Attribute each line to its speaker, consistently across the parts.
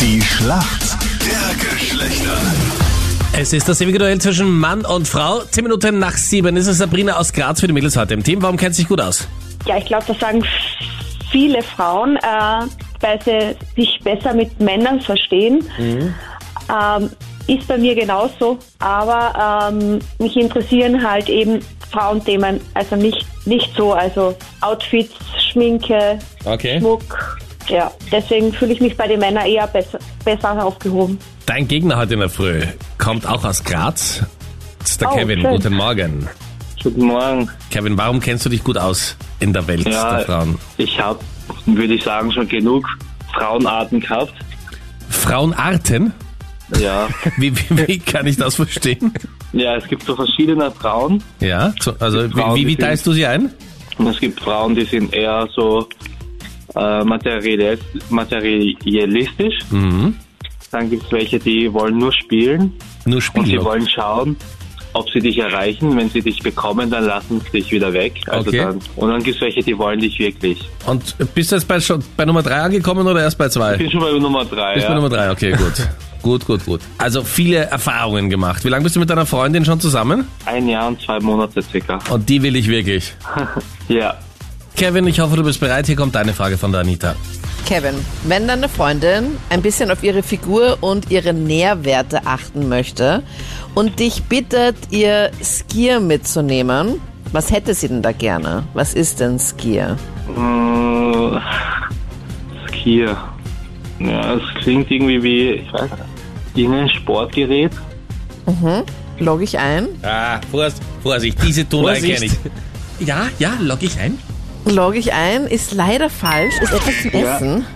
Speaker 1: Die Schlacht der Geschlechter.
Speaker 2: Es ist das ewige Duell zwischen Mann und Frau. Zehn Minuten nach sieben ist es Sabrina aus Graz für die Mädels heute im Team. Warum kennt sie sich gut aus?
Speaker 3: Ja, ich glaube, das sagen viele Frauen, äh, weil sie sich besser mit Männern verstehen. Ähm, ist bei mir genauso, aber ähm, mich interessieren halt eben Frauenthemen, also nicht, nicht so, also Outfits, Schminke,
Speaker 2: Okay.
Speaker 3: Schmuck. Ja, deswegen fühle ich mich bei den Männern eher besser, besser aufgehoben.
Speaker 2: Dein Gegner heute in der Früh kommt auch aus Graz. Das ist der
Speaker 3: Oh,
Speaker 2: Kevin.
Speaker 3: schön.
Speaker 2: Guten Morgen.
Speaker 4: Guten Morgen.
Speaker 2: Kevin, warum kennst du dich gut aus in der Welt
Speaker 4: Ja,
Speaker 2: der Frauen?
Speaker 4: Ich habe, würde ich sagen, schon genug Frauenarten gehabt.
Speaker 2: Frauenarten?
Speaker 4: Ja,
Speaker 2: Wie, wie, wie kann ich das verstehen?
Speaker 4: ja es gibt so verschiedene Frauen.
Speaker 2: Ja, so, also
Speaker 4: Frauen,
Speaker 2: wie, wie, wie
Speaker 4: die
Speaker 2: teilst du sie ein?
Speaker 4: Und es gibt Frauen, die sind eher so äh, materialis materialistisch.
Speaker 2: Mhm.
Speaker 4: Dann gibt es welche, die wollen nur spielen
Speaker 2: Nur
Speaker 4: und sie
Speaker 2: Spiel.
Speaker 4: wollen schauen, ob sie dich erreichen. Wenn sie dich bekommen, dann lassen sie dich wieder weg. Also
Speaker 2: Okay.
Speaker 4: dann, und dann gibt es welche, die wollen dich wirklich.
Speaker 2: Und bist du jetzt bei, schon bei Nummer drei angekommen oder erst bei zwei?
Speaker 4: Ich bin schon bei Nummer drei.
Speaker 2: Bist
Speaker 4: ja.
Speaker 2: bei Nummer drei, okay, gut. gut, gut, gut. Also viele Erfahrungen gemacht. Wie lange bist du mit deiner Freundin schon zusammen?
Speaker 4: Ein Jahr und zwei Monate circa.
Speaker 2: Und die will ich wirklich.
Speaker 4: Ja.
Speaker 2: Kevin, ich hoffe, du bist bereit. Hier kommt deine Frage von der Anita.
Speaker 5: Kevin, wenn deine Freundin ein bisschen auf ihre Figur und ihre Nährwerte achten möchte und dich bittet, ihr Skier mitzunehmen, was hätte sie denn da gerne? Was ist denn Skier?
Speaker 4: Äh, Skier. Ja, es klingt irgendwie wie, ich weiß nicht, irgendein Sportgerät.
Speaker 5: Log ich ein?
Speaker 2: Ah, Vorsicht, Vorsicht diese Tonlage kenne ich. Ja, ja, log ich ein.
Speaker 5: Log ich ein? Ist leider falsch. Ist etwas zum
Speaker 4: Ja.
Speaker 5: Essen.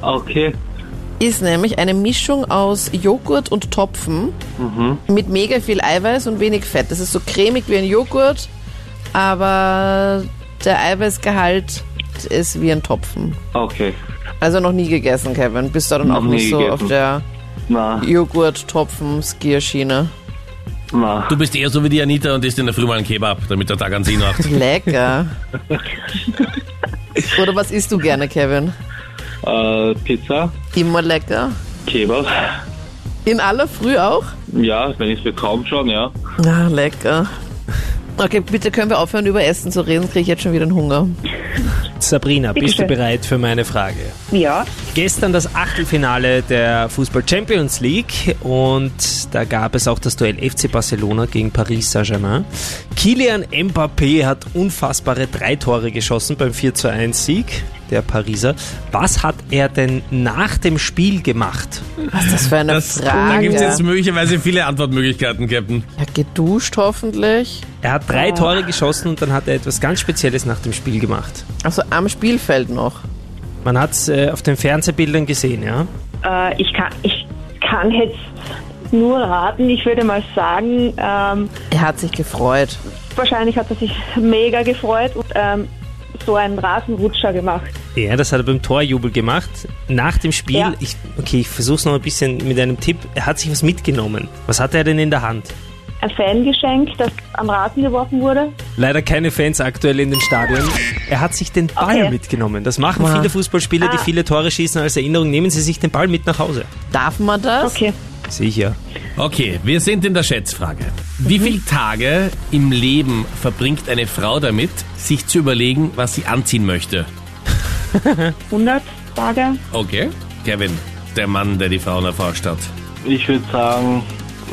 Speaker 4: Okay.
Speaker 5: Ist nämlich eine Mischung aus Joghurt und Topfen mit mega viel Eiweiß und wenig Fett. Das ist so cremig wie ein Joghurt, aber der Eiweißgehalt ist wie ein Topfen.
Speaker 4: Okay.
Speaker 5: Also noch nie gegessen, Kevin. Bist du dann
Speaker 4: Noch
Speaker 5: auch nicht
Speaker 4: nie
Speaker 5: so
Speaker 4: gegessen.
Speaker 5: auf der
Speaker 4: Na,
Speaker 5: Joghurt-Topfen-Skierschiene?
Speaker 4: na.
Speaker 2: Du bist eher so wie die Anita und isst in der Früh mal einen Kebab, damit der Tag an sie macht.
Speaker 5: Lecker. Oder was isst du gerne, Kevin?
Speaker 4: Äh, Pizza,
Speaker 5: Immer lecker.
Speaker 4: Kebab.
Speaker 5: In aller Früh auch?
Speaker 4: Ja, wenn ich es bekomme schon, ja.
Speaker 5: Na, lecker. Okay, bitte können wir aufhören, über Essen zu reden, kriege ich jetzt schon wieder einen Hunger.
Speaker 6: Sabrina, bist du
Speaker 3: schön.
Speaker 6: bereit für meine Frage?
Speaker 3: Ja,
Speaker 6: Gestern das Achtelfinale der Fußball Champions League und da gab es auch das Duell FC Barcelona gegen Paris Saint-Germain. Kilian Mbappé hat unfassbare drei Tore geschossen beim 41 Sieg der Pariser. Was hat er denn nach dem Spiel gemacht?
Speaker 5: Was ist das für eine
Speaker 2: da
Speaker 5: Frage?
Speaker 2: gibt es jetzt möglicherweise viele Antwortmöglichkeiten, Captain.
Speaker 5: ja, geduscht hoffentlich.
Speaker 6: Er hat drei Tore geschossen und dann hat er etwas ganz Spezielles nach dem Spiel gemacht.
Speaker 5: Also am Spielfeld noch.
Speaker 6: Man hat es äh, auf den Fernsehbildern gesehen, ja?
Speaker 3: äh, ich, kann, ich kann jetzt nur raten, ich würde mal sagen, ähm,
Speaker 5: Er hat sich gefreut.
Speaker 3: Wahrscheinlich hat er sich mega gefreut und ähm, so einen Rasenrutscher gemacht.
Speaker 6: Ja, das hat er beim Torjubel gemacht. Nach dem Spiel,
Speaker 3: Ja.
Speaker 6: ich, okay, ich versuch's noch ein bisschen mit einem Tipp. Er hat sich was mitgenommen. Was hatte er denn in der Hand?
Speaker 3: Ein Fangeschenk, das am Rasen geworfen wurde.
Speaker 6: Leider keine Fans aktuell in den Stadien. Er hat sich den Ball
Speaker 3: Okay. Ah.
Speaker 6: mitgenommen. Das machen viele Fußballspieler, die viele Tore schießen als Erinnerung. Nehmen sie sich den Ball mit nach Hause.
Speaker 5: Darf man das?
Speaker 3: Okay.
Speaker 6: Sicher.
Speaker 2: Okay, wir sind in der Schätzfrage. Wie viele Tage im Leben verbringt eine Frau damit, sich zu überlegen, was sie anziehen möchte?
Speaker 3: 100 Tage.
Speaker 2: Okay. Kevin, der Mann, der die Frauen erforscht hat.
Speaker 4: Ich würde sagen,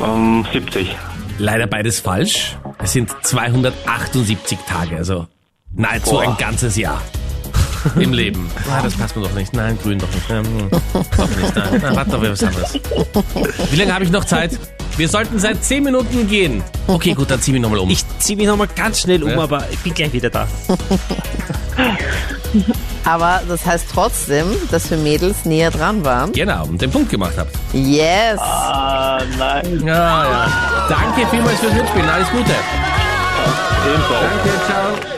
Speaker 4: ähm, 70.
Speaker 2: Leider beides falsch. Es sind 278 Tage, also nahezu ein ganzes Jahr im Leben. Ah, das passt mir doch nicht. Nein, grün doch nicht. Nein, hm, doch nicht. Nein, nein warte doch wieder was anderes. Wie lange habe ich noch Zeit? Wir sollten seit 10 Minuten gehen. Okay, gut, dann zieh mich nochmal um.
Speaker 6: Ich zieh mich nochmal ganz schnell um,
Speaker 2: Ja.
Speaker 6: aber ich bin gleich wieder da.
Speaker 5: Aber das heißt trotzdem, dass wir Mädels näher dran waren.
Speaker 2: genau, und den Punkt gemacht habt.
Speaker 5: Yes!
Speaker 4: Ah, nein.
Speaker 2: Ja, ja. Danke vielmals fürs Mitspielen. Alles Gute.
Speaker 4: Ebenfalls.
Speaker 2: Danke, ciao.